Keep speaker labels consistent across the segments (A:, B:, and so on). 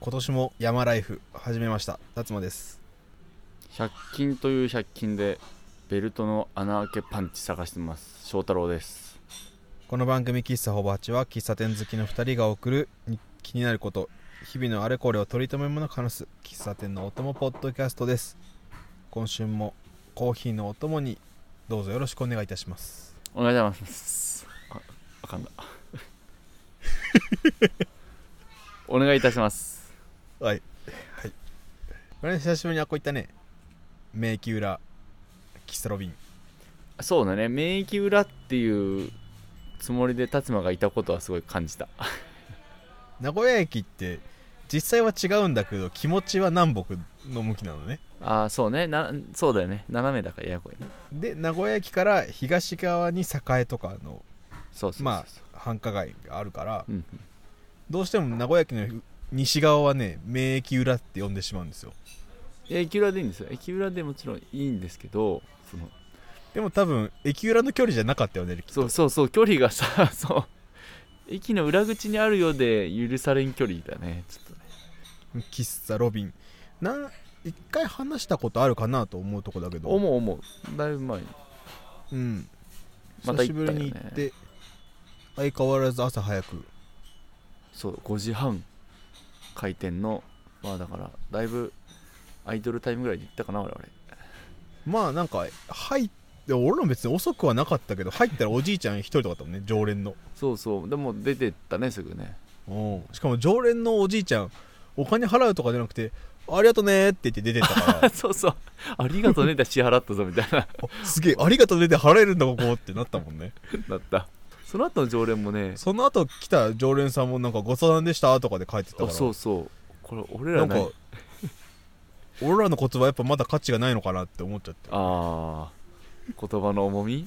A: 今年も山ライフ始めました辰馬です
B: 100均という100均でベルトの穴開けパンチ探してます翔太郎です
A: この番組喫茶ほぼ8は喫茶店好きの2人が送るに気になること日々のあれこれを取り留めもなく話す喫茶店のお供ポッドキャストです今週もコーヒーのお供にどうぞよろしくお願いいたします
B: お願いしますああかんだお願いいたします
A: はいはいこれ久しぶりにあっこ行ったね迷宮裏喫茶ロビン
B: そうだね免疫裏っていうつもりで達馬がいたことはすごい感じた
A: 名古屋駅って実際は違うんだけど気持ちは南北の向きなのね
B: ああそうねなそうだよね斜めだからややこいね
A: で名古屋駅から東側に栄とかの
B: そうそうそうそう
A: まあ繁華街があるから
B: うんうん、
A: どうしても名古屋駅の西側はね名駅裏って呼んでしまうんですよ
B: いや駅裏でいいんですよ駅裏でもちろんいいんですけどその
A: でも多分駅裏の距離じゃなかったよね
B: そうそうそう距離がさ そう駅の裏口にあるようで許されん距離だねちょっとね
A: 喫茶ロビンなん一回話したことあるかなと思うとこだけど
B: 思う思うだいぶ前に
A: うん
B: ま
A: 久
B: た
A: しぶりに
B: 行っ
A: 行
B: たよね
A: って相変わらず朝早く
B: そう5時半開店のまあだからだいぶアイドルタイムぐらいで行ったかな我々
A: まあなんか入って俺らも別に遅くはなかったけど入ったらおじいちゃん一人とかだったもんね常連の
B: そうそうでも出てったねすぐね
A: うんしかも常連のおじいちゃんお金払うとかじゃなくて「ありがとね」って言って出てったから
B: あ そうそうありがとうねだ支払ったぞみたいな
A: あすげえありがとねで払えるんだここってなったもんね
B: なったその後の常連もね
A: その後来た常連さんもなんかご相談でしたとかで帰ってたか
B: あ
A: ら
B: そうそうこれ俺
A: な
B: ら
A: ん
B: な
A: か
B: い
A: 俺らの言葉やっぱまだ価値がないのかなって思っちゃって
B: あー言葉の重み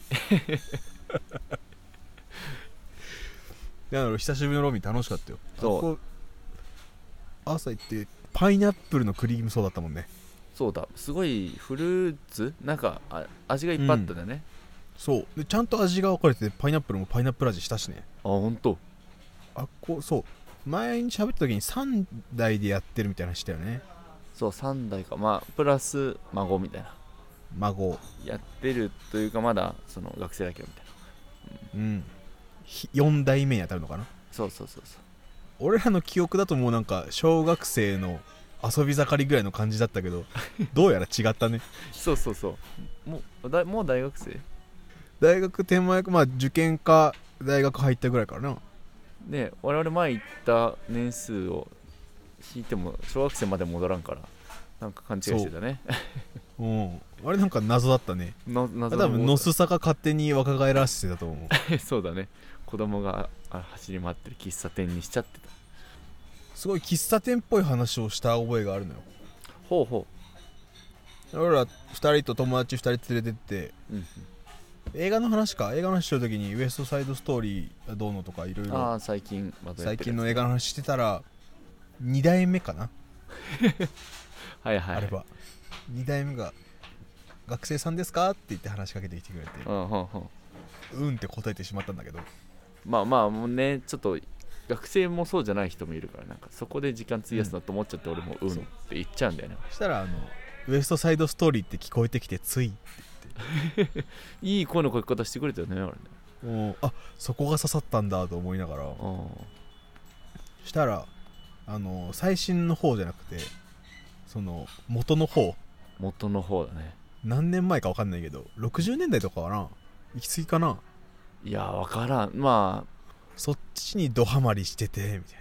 A: だから久しぶりのロビン楽しかったよ
B: そう
A: あこ朝行ってパイナップルのクリームソーダだったもんね
B: そうだすごいフルーツなんかあ味がいっぱいあったんだよね、
A: そうでちゃんと味が分かれててパイナップルもパイナップル味したしね
B: あ本当
A: あこうそう前に喋った時に3代でやってるみたいな話したよね
B: そう3代かまあプラス孫みたいな
A: 孫
B: やってるというかまだその学生だけどみたいな
A: うん4代目に当たるのかな
B: そうそうそうそう
A: 俺らの記憶だともうなんか小学生の遊び盛りぐらいの感じだった けどどうやら違ったね
B: そうそうそうもうだもう大学生
A: 大学手前まあ受験か大学入ったぐらいからな
B: ね我々前行った年数を引いても小学生まで戻らんからなんか勘違いしてたね
A: うんあれなんか謎だったね
B: な
A: 多
B: 謎
A: 分
B: の
A: のすさが勝手に若返らせてたと思う
B: そうだね子供があ走り回ってる喫茶店にしちゃってた
A: すごい喫茶店っぽい話をした覚えがあるのよ
B: ほうほ
A: 俺ら2人と友達2人連れてって
B: う、うん
A: 映画の話か映画の話してる時にウエストサイドストーリーどうのとかいろい
B: うん、あ
A: ろ
B: あ最近またやっ
A: 最
B: てる
A: 近の映画の話してたら2代目かな、
B: はいはい
A: あれば2代目が「学生さんですか?」って言って話しかけてきてくれて
B: うんうんうん
A: 「うん」って答えてしまったんだけど
B: まあまあもうねちょっと学生もそうじゃない人もいるからなんかそこで時間費やすなと思っちゃって俺もうんって言っちゃうんだよね
A: そしたらあの「ウエストサイドストーリー」って聞こえてきてつい
B: いい声のかけ方してくれたよね俺ね
A: もうあそこが刺さったんだと思いながら
B: あ
A: したらあの最新の方じゃなくてその元の方
B: あ元の方だね
A: 何年前か分かんないけど60年代とかかな行き過ぎかない
B: やわからんま
A: そっちにドハマりしててみたい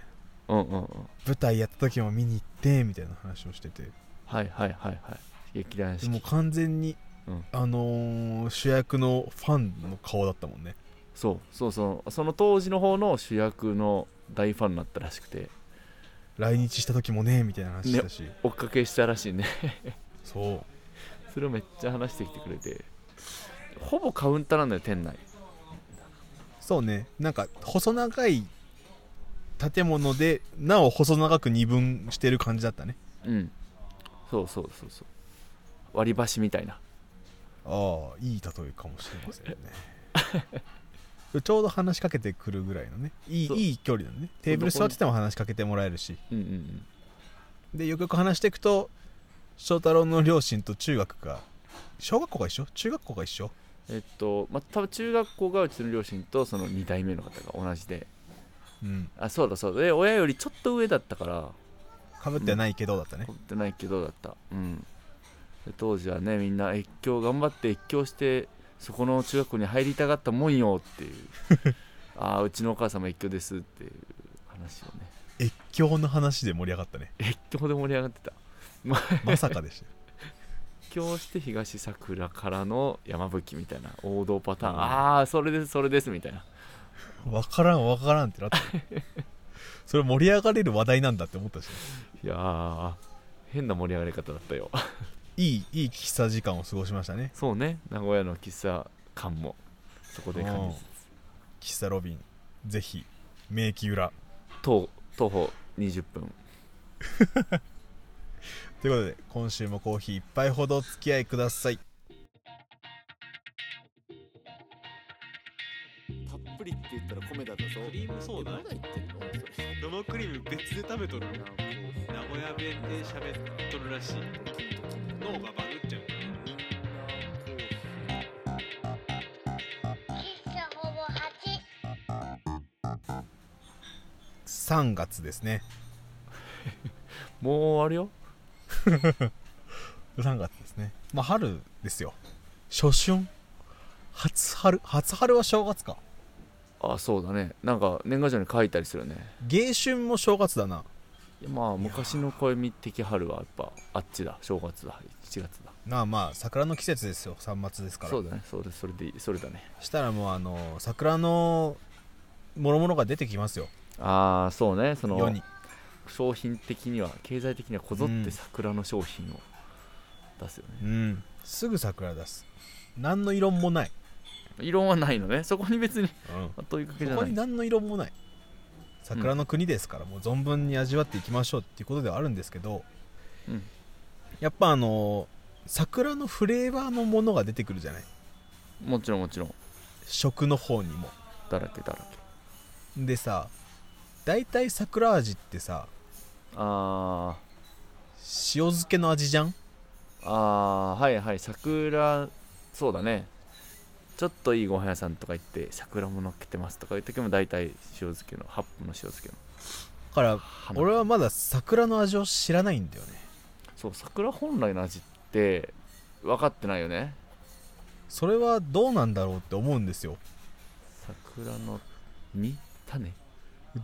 A: な
B: あうんうんうん
A: 舞台やった時も見に行ってみたいな話をしてて
B: はいはいはいはい劇団
A: で
B: 四
A: もう
B: 季
A: 完全に、
B: うん
A: あのー主役のファンの顔だったもんね
B: そうそうそうその当時の方の主役の大ファンになったらしくて
A: 来日した時もねみたいな話したし、
B: 追っかけしたらしいね
A: そう
B: それをめっちゃ話してきてくれてほぼカウンターなんだよ店内
A: そうねなんか細長い建物でなお細長く二分してる感じだったね
B: うんそうそうそうそう割り箸みたいな
A: ああいい例えかもしれませんねちょうど話しかけてくるぐらいのねいい
B: そう
A: いい距離だねテーブル座ってても話しかけてもらえるし
B: うんうんうん
A: でよくよく話していくと翔太郎の両親と中学が小学校が一緒中学校が一緒
B: えっとまあ多分中学校がうちの両親とその2代目の方が同じで
A: うん
B: あそうだそうだで親よりちょっと上だったから
A: かぶってはないけどだったね
B: 撮ってないけどだったうんで当時はねみんな越境頑張って越境してそこの中学校に入りたかったもんよっていう ああうちのお母さんも越境ですっていう話をね
A: 越境の話で盛り上がったね
B: 越境で盛り上がってた
A: まさかでした
B: 越境して東桜からの山吹みたいな王道パターン、
A: うん
B: ああそれですそれですみたいな
A: 分からん分からんってなってそれ盛り上がれる話題なんだって思ったし
B: いやー変な盛り上がり方だったよ
A: いいいい喫茶時間を過ごしましたね
B: そうね名古屋の喫茶館もそこで感じつつ
A: 喫茶ロビンぜひ名駅裏
B: 徒徒歩20分
A: ということで今週もコーヒー一杯ほどお付き合いください
B: たっぷりって言ったら米だとぞ
C: クリームソーダ
B: 言ってんの
C: 生クリーム別で食べとる名古屋弁で喋っとるらしい脳がバグっちゃう
D: 喫茶ほぼ8。
A: 3月ですね
B: もうあれよ
A: 3月ですねまあ春ですよ初春初春初春は正月か
B: あそうだねなんか年賀状に書いたりするね
A: 迎春も正月だない
B: やまあ昔の恋的春はやっぱあっちだ正月だ1月だ
A: まあまあ桜の季節ですよ3月ですから
B: そうだねそうですそれでいいそれだね
A: したらもうあの桜のもろもろが出てきますよ
B: ああそうねそ
A: 世
B: の
A: に
B: 商品的には経済的にはこぞっ
A: うん
B: て桜の商品を出すよね、
A: うんすぐ桜出す何の異論もない、
B: 異論はないのねそこに別にまあ問いかけじ
A: そ
B: ゃ
A: こ
B: な
A: に
B: い
A: 何の異論もない桜の国ですから、もう存分に味わっていきましょうっていうことではあるんですけど、
B: うん
A: やっぱあの桜のフレーバーのものが出てくるじゃない
B: もちろんもちろん
A: 食の方にも
B: だらけだらけ
A: でさ大体桜味ってさ
B: あ
A: 塩漬けの味じゃん
B: ーあーはいはい桜そうだねちょっといいご飯屋さんとか行って桜も乗っけてますとかいう時も大体塩漬けの8分の塩漬けの
A: だから
B: 花
A: 俺はまだ桜の味を知らないんだよね
B: そう桜本来の味って分かってないよね
A: それはどうなんだろうって思うんですよ
B: 桜の実種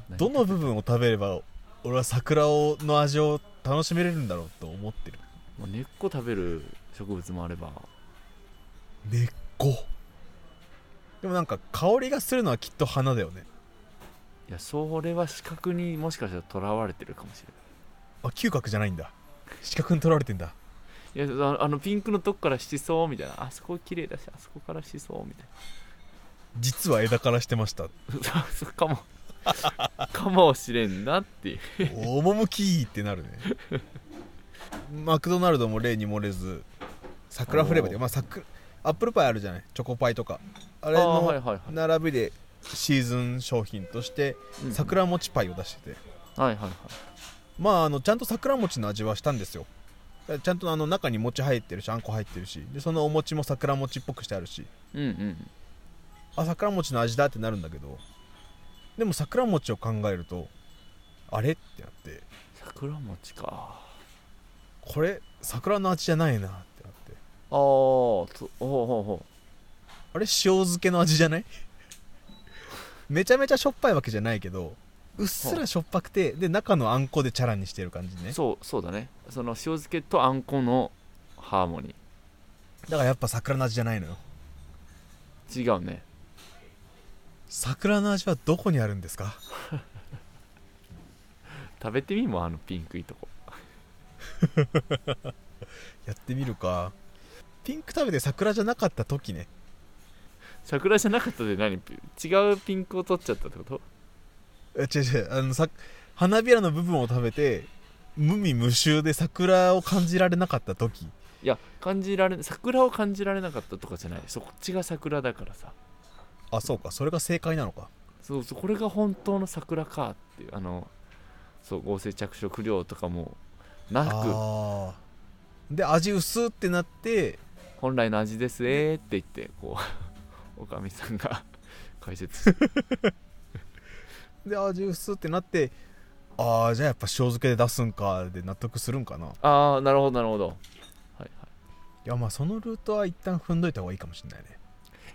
B: 何
A: どの部分を食べれば俺は桜をの味を楽しめれるんだろうと思ってる
B: もう根っこ食べる植物もあれば
A: 根っこでもなんか香りがするのはきっと花だよね
B: いやそれは視覚にもしかしたらとらわれてるかもしれない
A: あ嗅覚じゃないんだ視覚に取られてんだ
B: いやあのあのピンクのとこからしそうみたいなあそこ綺麗だしあそこからしそうみたい
A: 実は枝からしてました
B: な そうかもかもしれんなっていう
A: 趣ってなるねマクドナルドも例に漏れず桜フレーバーで
B: おー
A: まあ桜アップルパイあるじゃないチョコパイとかあ
B: あ
A: れ
B: ーはい
A: の
B: はいはい
A: 並びでシーズン商品として
B: うんうん
A: 桜餅パイを出してて
B: はいはいはい
A: まああのちゃんと桜餅の味はしたんですよだからちゃんとあの中に餅入ってるしあんこ入ってるしでそのお餅も桜餅っぽくしてあるし
B: うんうん
A: あ桜餅の味だってなるんだけどでも桜餅を考えるとあれってなって
B: 桜餅かあ
A: これ桜の味じゃないなってなって
B: あーとほうほうほ
A: あれ塩漬けの味じゃない めちゃめちゃしょっぱいわけじゃないけどうっすらしょっぱくてで中のあんこでチャラにしてる感じ
B: う
A: ね
B: そうそうだねその塩漬けとあんこのハーモニ
A: だからやっぱ桜の味じゃないのよ
B: ー違うね
A: 桜の味はどこにあるんですか
B: 食べてみもうあのピンクいとこ
A: やってみるかピンク食べて桜じゃなかった時ね
B: 桜じゃなかったで何違うピンクを取っちゃったってこと
A: え違う違うあのさ花びらの部分を食べて無味無臭で桜を感じられなかった時
B: いや感じられ桜を感じられなかったとかじゃないそっちが桜だからさ
A: あそうかそれが正解なのか
B: そうそうこれが本当の桜かっていうあのそう合成着色料とかもなく
A: あーで味薄ってなって
B: 本来の味ですえーって言ってこう おかみさんが解説して
A: で味薄ってなってああじゃあやっぱ塩漬けで出すんかで納得するんかない
B: ああなるほどなるほど、はいはい、
A: やまあそのルートは一旦踏んどいた方がいいかもしれないね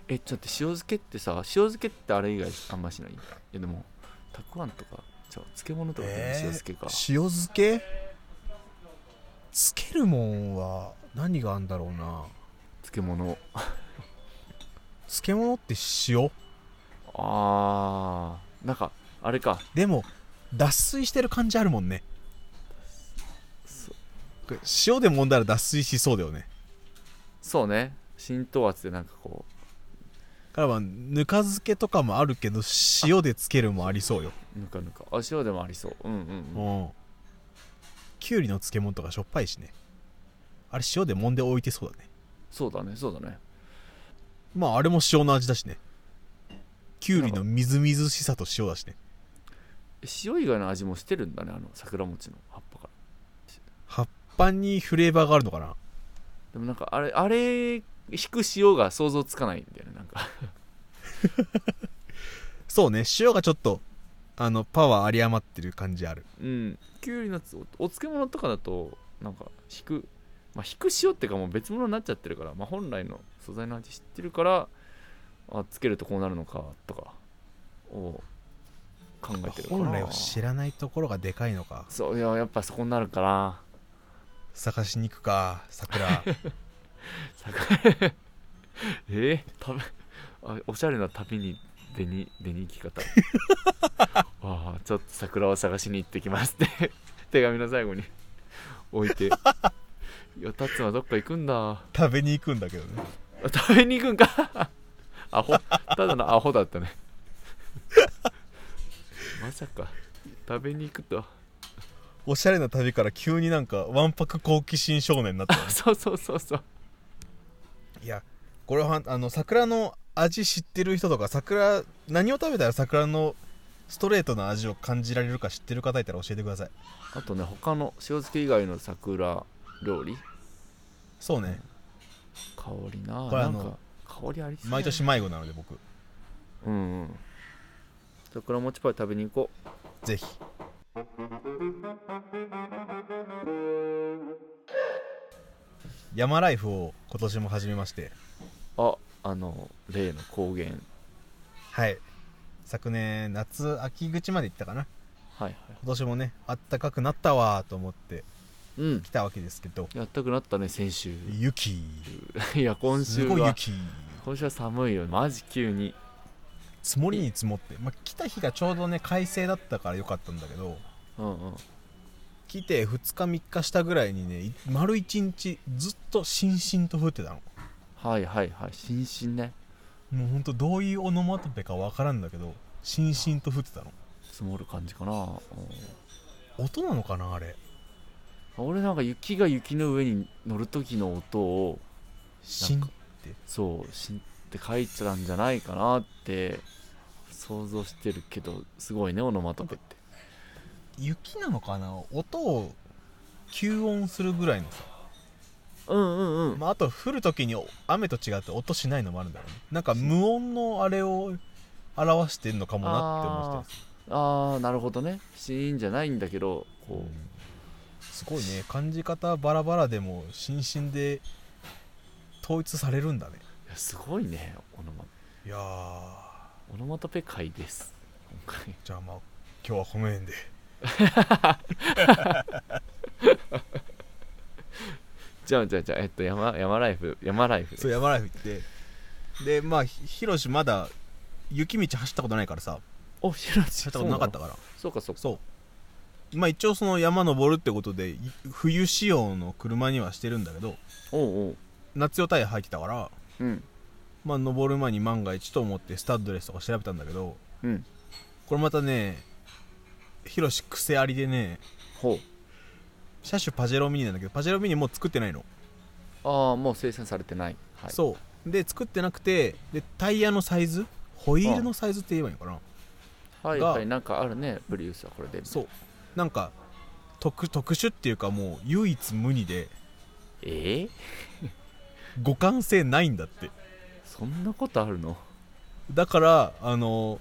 B: えちょっと塩漬けってさ塩漬けってあれ以外あんましないいやでもたくあんとかじゃあ漬物とかでも
A: えー
B: 塩漬けか、
A: 塩漬けつけるもんは何があんだろうな
B: 漬物
A: 漬物って塩
B: あーなんかあれか
A: でも脱水してる感じあるもんね
B: そ
A: これ塩で揉んだら脱水しそうだよね
B: そうね浸透圧でなんかこ
A: からまあぬか漬けとかもあるけど塩でつけるもありそうよ
B: うぬかぬかあ塩でもありそううんうん、うん、
A: うんきゅうりの漬物とかしょっぱいしねあれ塩で揉んでおいてそうだね
B: そうだねそうだね
A: まああれも塩の味だしねきゅうりのみずみずしさと塩だしね
B: え塩以外の味もしてるんだねあの桜餅の葉っぱから
A: 葉っぱにフレーバーがあるのかな
B: でもなんかあれあれ引く塩が想像つかないんだよねなんか
A: そうね塩がちょっとあのパワーあり余ってる感じある
B: うんきゅうりのつおお漬物とかだとなんか引くまあ引く塩ってかもう別物になっちゃってるから、まあ、本来の素材の味知ってるからあつけるとこうなるのかとかを考えてるかな
A: 本来を知らないところがでかいのか
B: そういややっぱそこにな るから
A: 探しに行くか 桜
B: 桜えー、食べあおしゃれな旅に出に出に行き 方ああちょっと桜を探しに行ってきますって 手紙の最後に置い ていやタッツンはどっか行くんだあ
A: 食べに行くんだけどね
B: 食べに行くんか アホただのアホだった ねまさか食べに行くとは
A: おしゃれな旅から急になんかわんぱく好奇心少年になった
B: あそうそうそうそう
A: いやこれはあの桜の味知ってる人とか桜何を食べたら桜のストレートな味を感じられるか知ってる方いたら教えてください
B: あとね他の塩漬け以外の桜料理
A: そうね
B: 香りな
A: これ
B: な
A: あ
B: ん
A: の
B: か香りありそう
A: 毎年迷子なので僕
B: うんうん桜餅パイ食べに行こう
A: ぜひ山ライフを今年も始めまして
B: ああの例の高原
A: はい昨年夏秋口まで行ったかな
B: はいはい
A: 今年もねあったかくなったわーと思って
B: うん
A: 来たわけですけど
B: やったくなったね先週
A: 雪
B: いや今
A: す
B: 週
A: ごい
B: は
A: 雪
B: 今週は寒いよマジ急に
A: 積もりに積もって、まあ、来た日がちょうどね快晴だったから良かったんだけど
B: うんうん
A: 来て2日3日したぐらいにねい丸1日ずっとしんしんと降ってたの
B: はいはいはいしんしんね
A: もうほんとどういうオノマトペか分からんだけどしんしんと降ってたの
B: 積もる感じかなうん
A: 音なのかなあれ
B: 俺なんか雪が雪の上に乗る時の音を
A: しん
B: そうしんって書いてたんじゃないかなって想像してるけどすごいねオノマトペって
A: 雪なのかな音を吸音するぐらいのさ、
B: うんうんうん
A: まあ、あと降る時に雨と違って音しないのもあるんだろうねなんか無音のあれを表してんのかもなって思ってた
B: ああなるほどねシーンじゃないんだけどこ
A: すごいね感じ方バラバラでも新進で統一されるんだね
B: ういやすごいねオノマ
A: いやー
B: オノマトペ界です今回
A: じゃあまあ今日はこの辺で
B: じゃあじゃあじゃあえっと山山ライフ山ライフ
A: そう山ライフ行ってでまあひヒロシまだ雪道走ったことないからさ
B: おヒロシ
A: 走ったことなかったから
B: そうかそうか
A: そうまあ一応その山登るってことでい冬仕様の車にはしてるんだけど
B: おうおう
A: 夏用タイヤ入ってたから
B: うん
A: まあ登る前に万が一と思ってスタッドレスとか調べたんだけど
B: うん
A: これまたねヒロシ癖ありでね
B: ほ
A: 車種パジェロミニなんだけどパジェロミニもう作ってないの、
B: うああもう生産されてないはい
A: そうで作ってなくてでタイヤのサイズホイールのサイズって言えばいいのかな
B: はい
A: が
B: はいなんかあるねブリウスはこれで
A: そうなんか特特殊っていうかもう唯一無二で
B: えー、
A: 互換性ないんだって
B: そんなことあるの
A: だからあの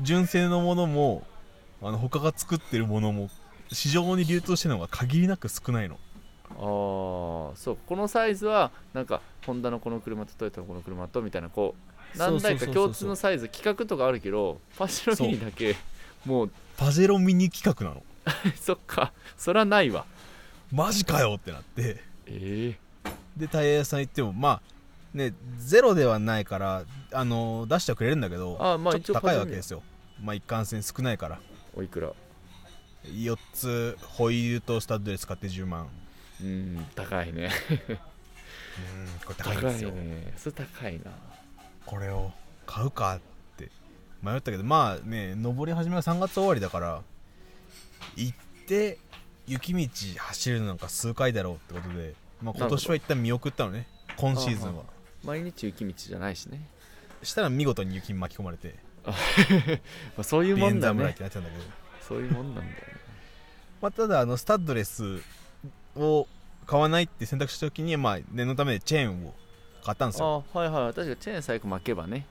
A: 純正のものもあの他が作ってるものも市場に流通してるのが限りなく少ないの
B: ああそうこのサイズはなんかホンダのこの車とトヨタのこの車とみたいなこう何台か共通のサイズ規格とかあるけどパシロミニだけもう
A: パジェロミニ企画なの
B: そっかそらないわ
A: マジかよってなって
B: え
A: でタイヤ屋さん行ってもまあねゼロではないからあの出してはくれるんだけど
B: あまあ
A: ちょっと
B: 一応
A: 高い
B: 数える
A: わけですよまあ一貫性少ないから
B: ー、おいくら
A: 4つホイールとスタッドレス買って10万
B: うん高いね
A: うんこれ高
B: 高
A: い
B: い
A: んですよ、
B: ねそれ高いな
A: これを買うかって迷ったけどまあね登り始めは3月終わりだから行って雪道走るのなんか数回だろうってことで、まあ、今年は一旦見送ったのね今シーズン
B: あ
A: は
B: 毎日雪道じゃないしね、
A: したら見事に雪に巻き込まれて
B: まあ、そういう
A: ビ
B: も
A: エ
B: ん
A: ンザ
B: だ
A: ームライっ
B: ね
A: てなっちゃうんだけど、
B: そういうもんなんだよね
A: まあ、ただあのスタッドレスを買わないって選択した時にまあ念のためでチェーンを買ったんですよ、
B: あはいはい確かチェーン最後巻けばね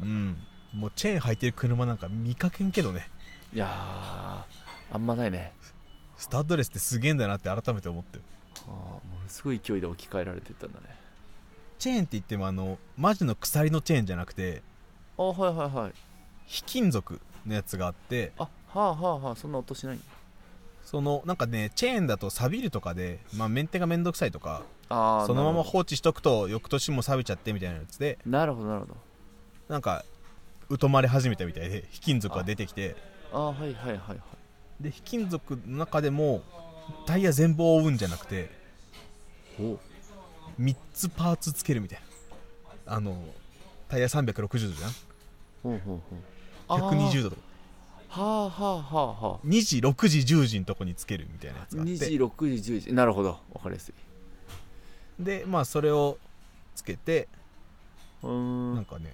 A: うん、もうチェーン履いてる車なんか見かけんけどね
B: いやーあんまないね
A: スタッドレスってすげえんだなって改めて思ってる
B: あーものすごい勢いで置き換えられてったんだね
A: チェーンって言ってもあのマジの鎖のチェーンじゃなくて
B: あはいはいはい
A: 非金属のやつがあって
B: あはあはあはあそんな音しない
A: そのなんかねチェーンだと錆びるとかで、まあ、メンテがめんどくさいとか
B: ああ
A: そのまま放置しとくと翌年も錆びちゃってみたいなやつで
B: なるほどなるほど
A: なんか疎まれ始めたみたいで非金属が出てきて
B: あーはいはいはいはい
A: で非金属の中でもタイヤ全部を覆うんじゃなくて
B: お
A: 3つパーツつけるみたいなあのタイヤ360度じ
B: ほうほう
A: ゃ
B: ほ
A: ん
B: う
A: 120度とか
B: あーはあはあはあはあ
A: 2時6時10時のとこにつけるみたいなやつがあっ
B: 2時
A: て
B: 6時10時なるほど分かりやすい
A: でまあそれをつけて
B: うー
A: なん
B: ん
A: かね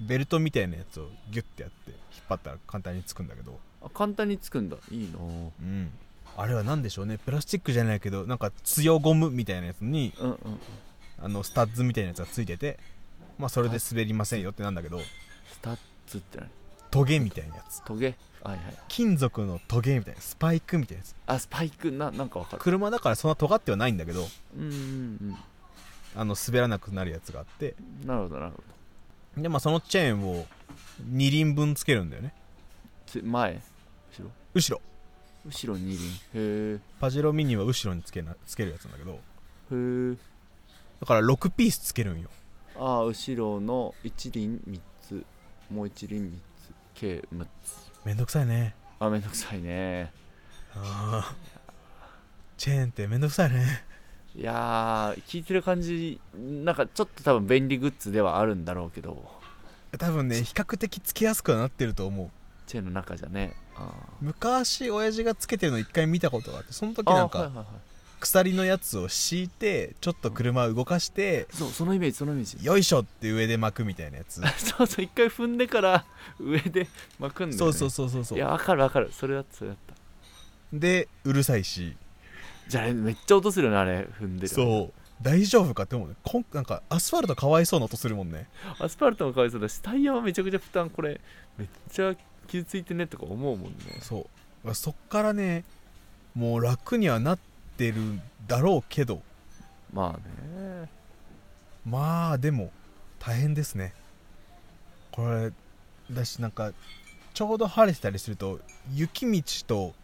A: ベルトみたいなやつをギュッてやって引っ張ったら簡単につくんだけど
B: あ簡単につくんだいいなー
A: うんあれは何でしょうねプラスチックじゃないけどなんか強ゴムみたいなやつに
B: うんうん
A: あのスタッズみたいなやつがついててまあそれで滑りませんよってなんだけど
B: スタッツって何
A: トゲみたいなやつ
B: トゲはいはい
A: 金属のトゲみたいなスパイクみたいなやつ
B: あスパイクななんか分かる
A: 車だからそんな尖ってはないんだけど
B: うんうん
A: あの滑らなくなるやつがあって
B: うんなるほどなるほど
A: でまあそのチェーンを2輪分つけるんだよね
B: つ前後ろ
A: 後ろ
B: 後ろ二輪へ
A: パジェロミニは後ろにつけなつけるやつなんだけど
B: えへえ
A: だから6ピースつけるんよ
B: ああ後ろの一輪三つもう一輪三つ計六つ
A: めんどくさいね
B: あめんどくさいね
A: あーチェーンってめんどくさいね
B: いやー聞いてる感じなんかちょっと多分便利グッズではあるんだろうけど
A: 多分ね比較的つけやすくはなってると思う
B: チェーンの中じゃねあ
A: 昔親父がつけてるの一回見たことがあってその時
B: ー
A: な
B: あ
A: ん
B: ーはい
A: か
B: はいはい
A: 鎖のやつを敷いてちょっと車を動かして
B: そうそのイメージそのイメージ
A: よいしょって上で巻くみたいなやつ
B: そうそう一回踏んでから上で巻くんだよ、ね、
A: そうそうそうそうそ
B: や
A: う
B: わかるわかるそれだったそれだった
A: でうるさいし
B: じゃああれめっちゃ音するよねあれ踏んでる
A: そう大丈夫かって思うねこんなんかアスファルトかわいそうな音するもんね
B: アスファルトもかわいそうだしタイヤはめちゃくちゃ負担これめっちゃ傷ついてねとか思うもんね
A: そうそっからねもう楽にはなってるだろうけど
B: まあね
A: まあでも大変ですねこれだしなんかちょうど晴れてたりすると雪道と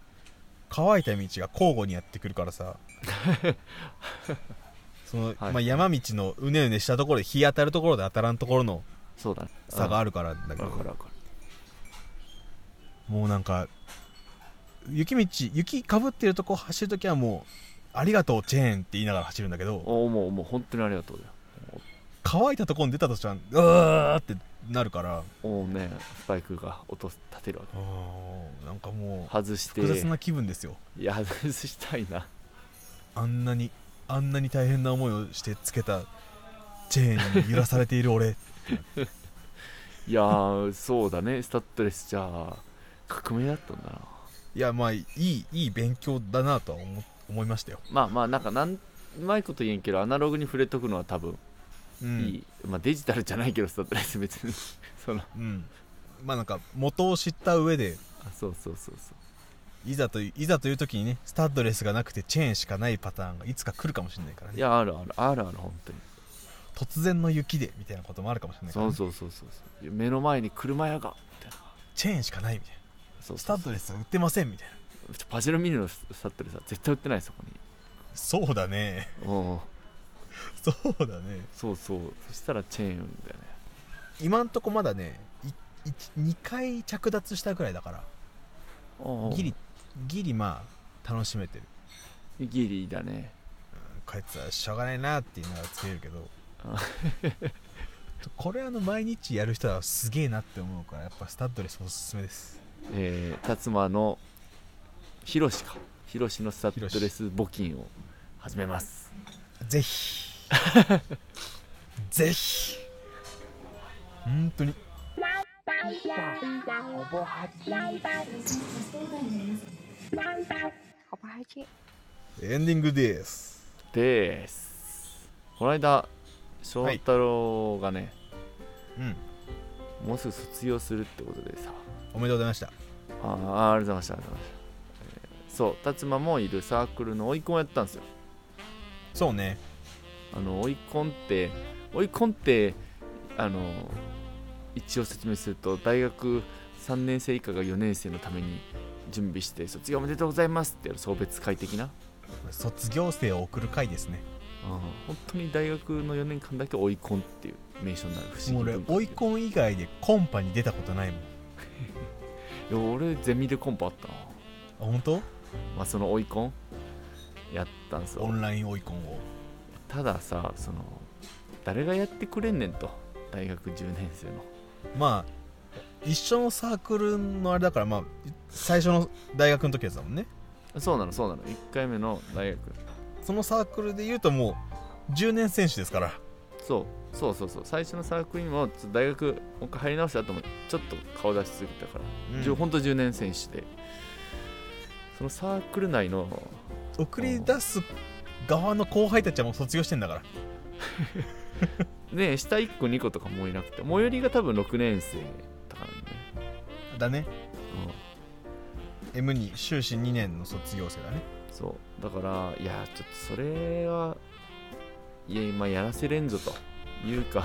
A: 乾いた道が交互にやってくるから さその、
B: はい
A: まあ、山道のうねうねしたところで日当たるところで当たらんところの
B: そうだね
A: 差が
B: あ
A: あるからだけど
B: わかるわかる
A: もうなんか雪道雪かぶってるとこ走るときはもう「ありがとうチェーン」って言いながら走るんだけど
B: おもうもう本当にありがとうだよ
A: 乾いたところに出たとしたら「うわ!」ってなるから
B: おおねスパイクが音立てるわけ
A: あーなんかもう
B: 外して
A: 複雑な気分ですよ
B: いや外したいな
A: あんなにあんなに大変な思いをしてつけたチェーンに揺らされている 俺
B: いやーそうだねスタッドレスじゃあ革命だったんだな
A: いやまあいいいい勉強だなとは思思いましたよ、
B: まあまあなんかなんうまいこと言えんけどアナログに触れとくのは多分
A: うん
B: いい、まあデジタルじゃないけどさとりあえず別に その
A: うん、まあなんか元を知った上で
B: あそうそうそうそう
A: いざといういざという時にねスタッドレスがなくてチェーンしかないパターンがいつか来るかもしれないから
B: い
A: ね
B: やあるあるあるある本当に
A: 突然の雪でみたいなこともあるかもしれないから
B: そ
A: ね、
B: うそうそうそうそう目の前に車屋がみたいな
A: チェーンしかないみたいな
B: そう
A: スタ
B: そう
A: ッドレスが売ってませんみたいな
B: ちょパジェロミニのスタッドレスは絶対売ってないそこに
A: そうだね
B: おう
A: そうだね
B: そうそうそしたらチェーンだよね
A: 今んとこまだね2回着脱したぐらいだから
B: おうおう
A: ギリギリまあ楽しめてる
B: ギリだね
A: こいつはしょうがないなって言いながらつけるけ ど
B: あ
A: これあの毎日やる人はすげえなって思うからやっぱスタッドレスおすすめです
B: えー、辰馬のヒロシかヒロシのスタッドレス募金を始めます
A: ぜ ひぜひ本当に
E: 好吧，还这
A: エンディングです
B: ですこの間翔太郎がね、
A: うん
B: もうすぐ卒業するってことでさ
A: おめでとうございました
B: あーあーありがとうございましたありがとうございました、えーそう辰馬もいるサークルの追い込んやったんですよ
A: そうね
B: あの追い込んって追い込んってあの一応説明すると大学3年生以下が4年生のために準備して卒業おめでとうございますってやる送別会的な、
A: 卒業生を送る会ですね
B: うん本当に大学の4年間だけ追い込んっていう名称になる不
A: もう
B: 思議
A: 俺
B: 文化
A: 追い込ン以外でコンパに出たことないもんあ
B: いや俺ゼミでコンパあったな、
A: 本当
B: まあ、その追い込んやったんすよ
A: オンライン追い込ンを
B: たださその誰がやってくれんねんと大学10年生の
A: まあ一緒のサークルのあれだからまあ最初の大学の時やつだもんね
B: そうなのそうなの1回目の大学
A: そのサークルで言うともう10年選手ですから
B: そうそうそうそう最初のサークルにもちょっと大学もう一回入り直した後もちょっと顔出しすぎたから、
A: うん
B: じゅほんと10年選手でそのサークル内の
A: 送り出す側の後輩たちはもう卒業してんだから
B: ね下1個2個とかもういなくて最寄りが多分6年生とかなん
A: だね
B: でね、
A: M に修士2年の卒業生だね
B: うん、そうだからいやちょっとそれはいや今やらせれんぞというか、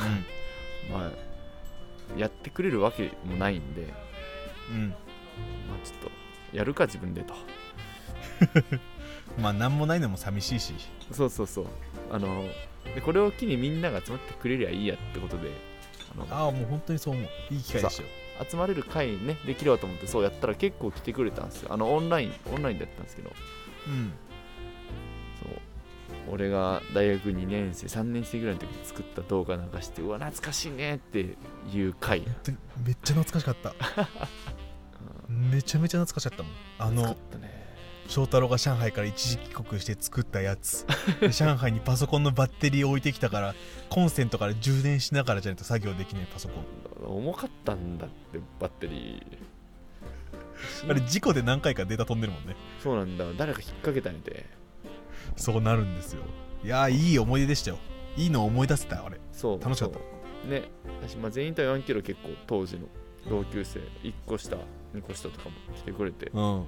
B: まあやってくれるわけもないんで、
A: うん
B: まあ、ちょっとやるか自分でと
A: まあ何もないのも寂しいし
B: そうそうそうあのでこれを機にみんなが集まってくれりゃいいやってことであの
A: ああもう本当にそう思ういい機会でしたよ
B: 集まれる会ねできればと思ってそうやったら結構来てくれたんですよあのオンラインオンラインでやったんですけど
A: うん
B: そう俺が大学2年生3年生ぐらいの時に作った動画なんかしてうわ懐かしいねっていう回
A: 本当にめっちゃ懐かしかった めちゃめちゃ懐かしかったもんあ
B: 作
A: の
B: ったね
A: 翔太郎が上海から一時帰国して作ったやつで上海にパソコンのバッテリーを置いてきたからコンセントから充電しながらじゃないと作業できないパソコン
B: 重かったんだってバッテリー
A: あれ事故で何回かデータ飛んでるもんね
B: そうなんだ誰か引っ掛けたんで
A: そうなるんですよいやーいい思い出でしたよいいの思い出せた俺
B: そう
A: 楽しかった
B: そうね私、まあ、全員と4キロ結構当時の同級生1個下2個下とかも来てくれて
A: うん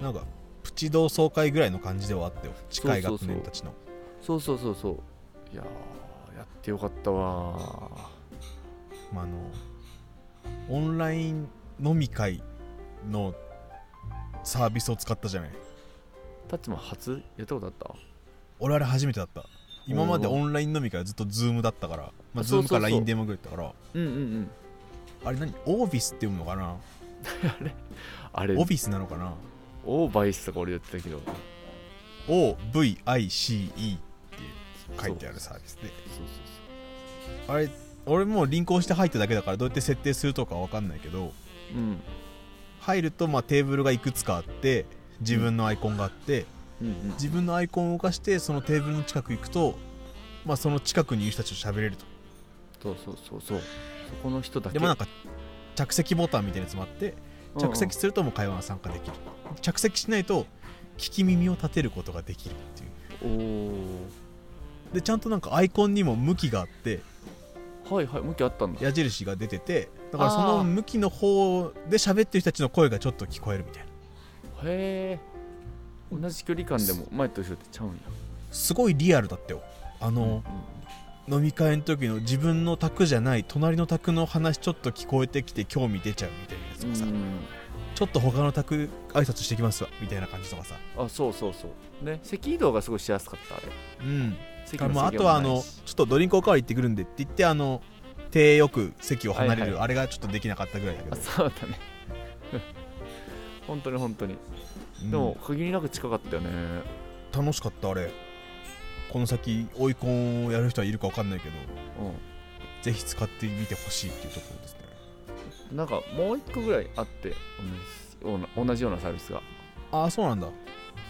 A: なんかプチ同窓会ぐらいの感じではあったよ近い
B: そう
A: 学
B: そうそう
A: 年たちの
B: そうそうそうそういやーやってよかったわ
A: まああのオンライン飲み会のサービスを使ったじゃない
B: ータッチも初やったことあった
A: 俺あれ初めてだった今までオンライン飲み会はずっと Zoom だったから、まあ、
B: そう
A: Zoom
B: そ
A: か
B: うそう
A: LINE 電話ぐらいだったから
B: うんうんうん
A: あれ何オービスって読むのかな
B: あれ
A: オビスなのかな
B: オーバイスとか俺やってたけど
A: ?OVICE って書いてあるサービスで
B: そうそう
A: あれ俺もうリンクをして入っただけだからどうやって設定するとかわかんないけど
B: そううん
A: 入るとまあテーブルがいくつかあって自分のアイコンがあって、
B: うんうん
A: 自分のアイコンを動かしてそのテーブルの近く行くと、まあ、その近くにいる人たちと喋れると
B: そうそうそうそうそこの人だけ
A: でもなんか着席ボタンみたいなやつもあって
B: うんうん
A: 着席するともう会話が参加できる着席しないと聞き耳を立てることができるっていう
B: おー
A: でちゃんとなんかアイコンにも向きがあって
B: はいはい向きあったんだ
A: 矢印が出ててだからそ
B: あ
A: の
B: ー
A: 向きの方で喋ってる人たちの声がちょっと聞こえるみたいな
B: へえ同じ距離感でも前と後ろってちゃうんや
A: すごいリアルだったよあの、飲み会の時の自分の宅じゃない隣の宅の話ちょっと聞こえてきて興味出ちゃうみたいなやつ
B: う
A: と
B: ん
A: かさ、
B: うん
A: ちょっと他の宅挨拶してきますわみたいな感じとかさ
B: あそうそうそうね席移動がすごいしやすかったあれ
A: うん
B: 席
A: あ
B: も
A: もうあ
B: 制限
A: と
B: も
A: はあ
B: ない
A: の
B: し
A: ちょっとドリンクおかわり行ってくるんでって言ってあの手よく席を離れる、
B: はいは
A: あれがちょっとできなかったぐらいだけ
B: あ
A: ど、
B: そうだね 本当に本当に、
A: うん
B: でも限りなく近かったよね
A: 楽しかったあれこの先オイコンをやる人はいるか分かんないけどぜひ使ってみてほしいっていうところですね
B: うんなんかもう一個ぐらいあって同じような同じようなサービスが
A: ああそうなんだ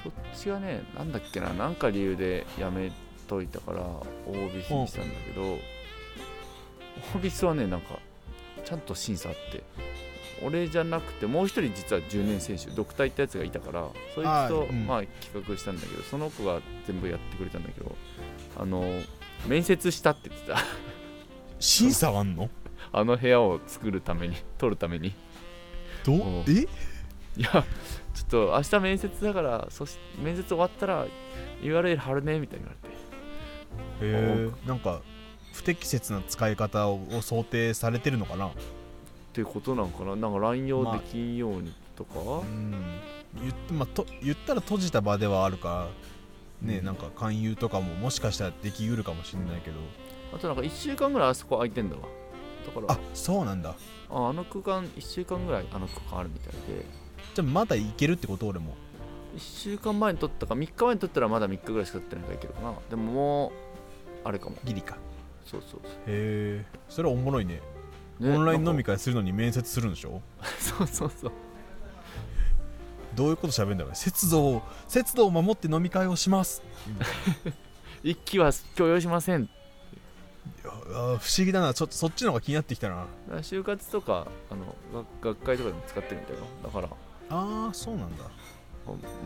B: そっちがねなんだっけななんか理由でやめといたから OB にしたんだけど OB はねなんかちゃんと審査あって俺じゃなくてもう一人実は10年選手ドクター行ったやつがいたからそい
A: あ
B: つと
A: ーうん
B: まあ企画したんだけどその子が全部やってくれたんだけどあの面接したって言ってた
A: 審査あんの
B: あの部屋を作るために取るために
A: どう
B: うん
A: え
B: いやちょっと明日面接だからそし面接終わったら URL 貼るねみたいに言われ
A: へ
B: て
A: えなんか不適切な使い方をを想定されてるのかな
B: ってことなんかななんか LINE 用
A: まあ
B: できんようにとか、
A: うん言ってまあと言ったら閉じた場ではあるからね、
B: うん
A: なんか勧誘とかももしかしたらできうるかもしれないけど、
B: あ、となんか1週間ぐらいあそこ空いてんだわだか
A: あ
B: ら
A: そうなんだ
B: ああの空間1週間ぐらいあの空間あるみたいで
A: じゃあまだいけるってこと俺も
B: 1週間前に撮ったか3日前に撮ったらまだ3日ぐらいしか撮ってないからいけるかなでももうあれかも
A: ギリか
B: そうそうそ
A: へえそれおもろいね
B: う、ね
A: オンライン飲み
B: か
A: 会するのに面接するんでしょ
B: そうそうそう
A: どういうこと喋るんだろうね節度を節度を守って飲み会をします
B: 一気は許容しません
A: いやあー不思議だなちょっとそっちの方が気になってきたな
B: だから就活とかあの学学会とかでも使ってるみたいなだから
A: あーそうなんだ、
B: あ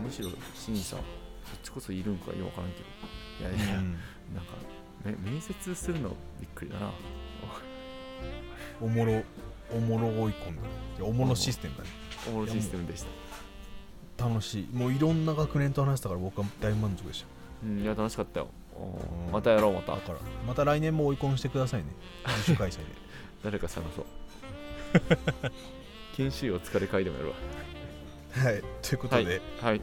B: むしろ審査そっちこそいるんかよくわからんけどいやいや、なんか、め面接するのびっくりだな。
A: うん、おもろおもろ追い込んだいやおもろシステムだね
B: おもろシステムでした。
A: 楽しいもういろんな学年と話したから僕は大満足でし
B: うん、いや、楽しかったよ。おー
A: うん
B: またやろう、ま
A: た
B: た
A: だ。からまた来年も追い込んしてくださいね自主開催で
B: 誰か探そう。 研修医お疲れ会でもやるわ。
A: はいということで、
B: はい。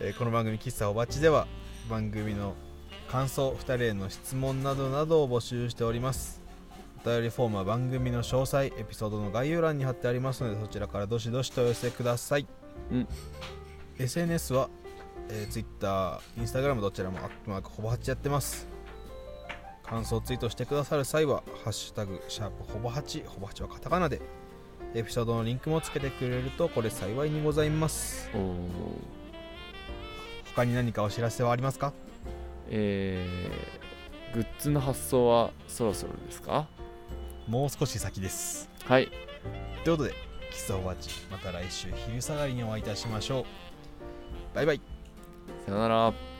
A: えーこの番組「喫茶おばち」では番組の感想2人への質問などなどを募集しておりますお便りフォームは番組の詳細エピソードの概要欄に貼ってありますのでそちらからどしどしとお寄せください、
B: うん
A: SNS は、えー、Twitter、Instagram どちらもアットマークほぼ8やってます感想ツイートしてくださる際は「ハッシュタグシャープほぼ8」ほぼ8はカタカナでエピソードのリンクもつけてくれるとこれ幸いにございます
B: おー
A: 他に何かお知らせはありますか
B: えー、グッズの発送はそろそろですか
A: もう少し先です
B: はい。
A: ということでキスおばちまた来週昼下がりにお会いいたしましょうバイバイ
B: さよなら。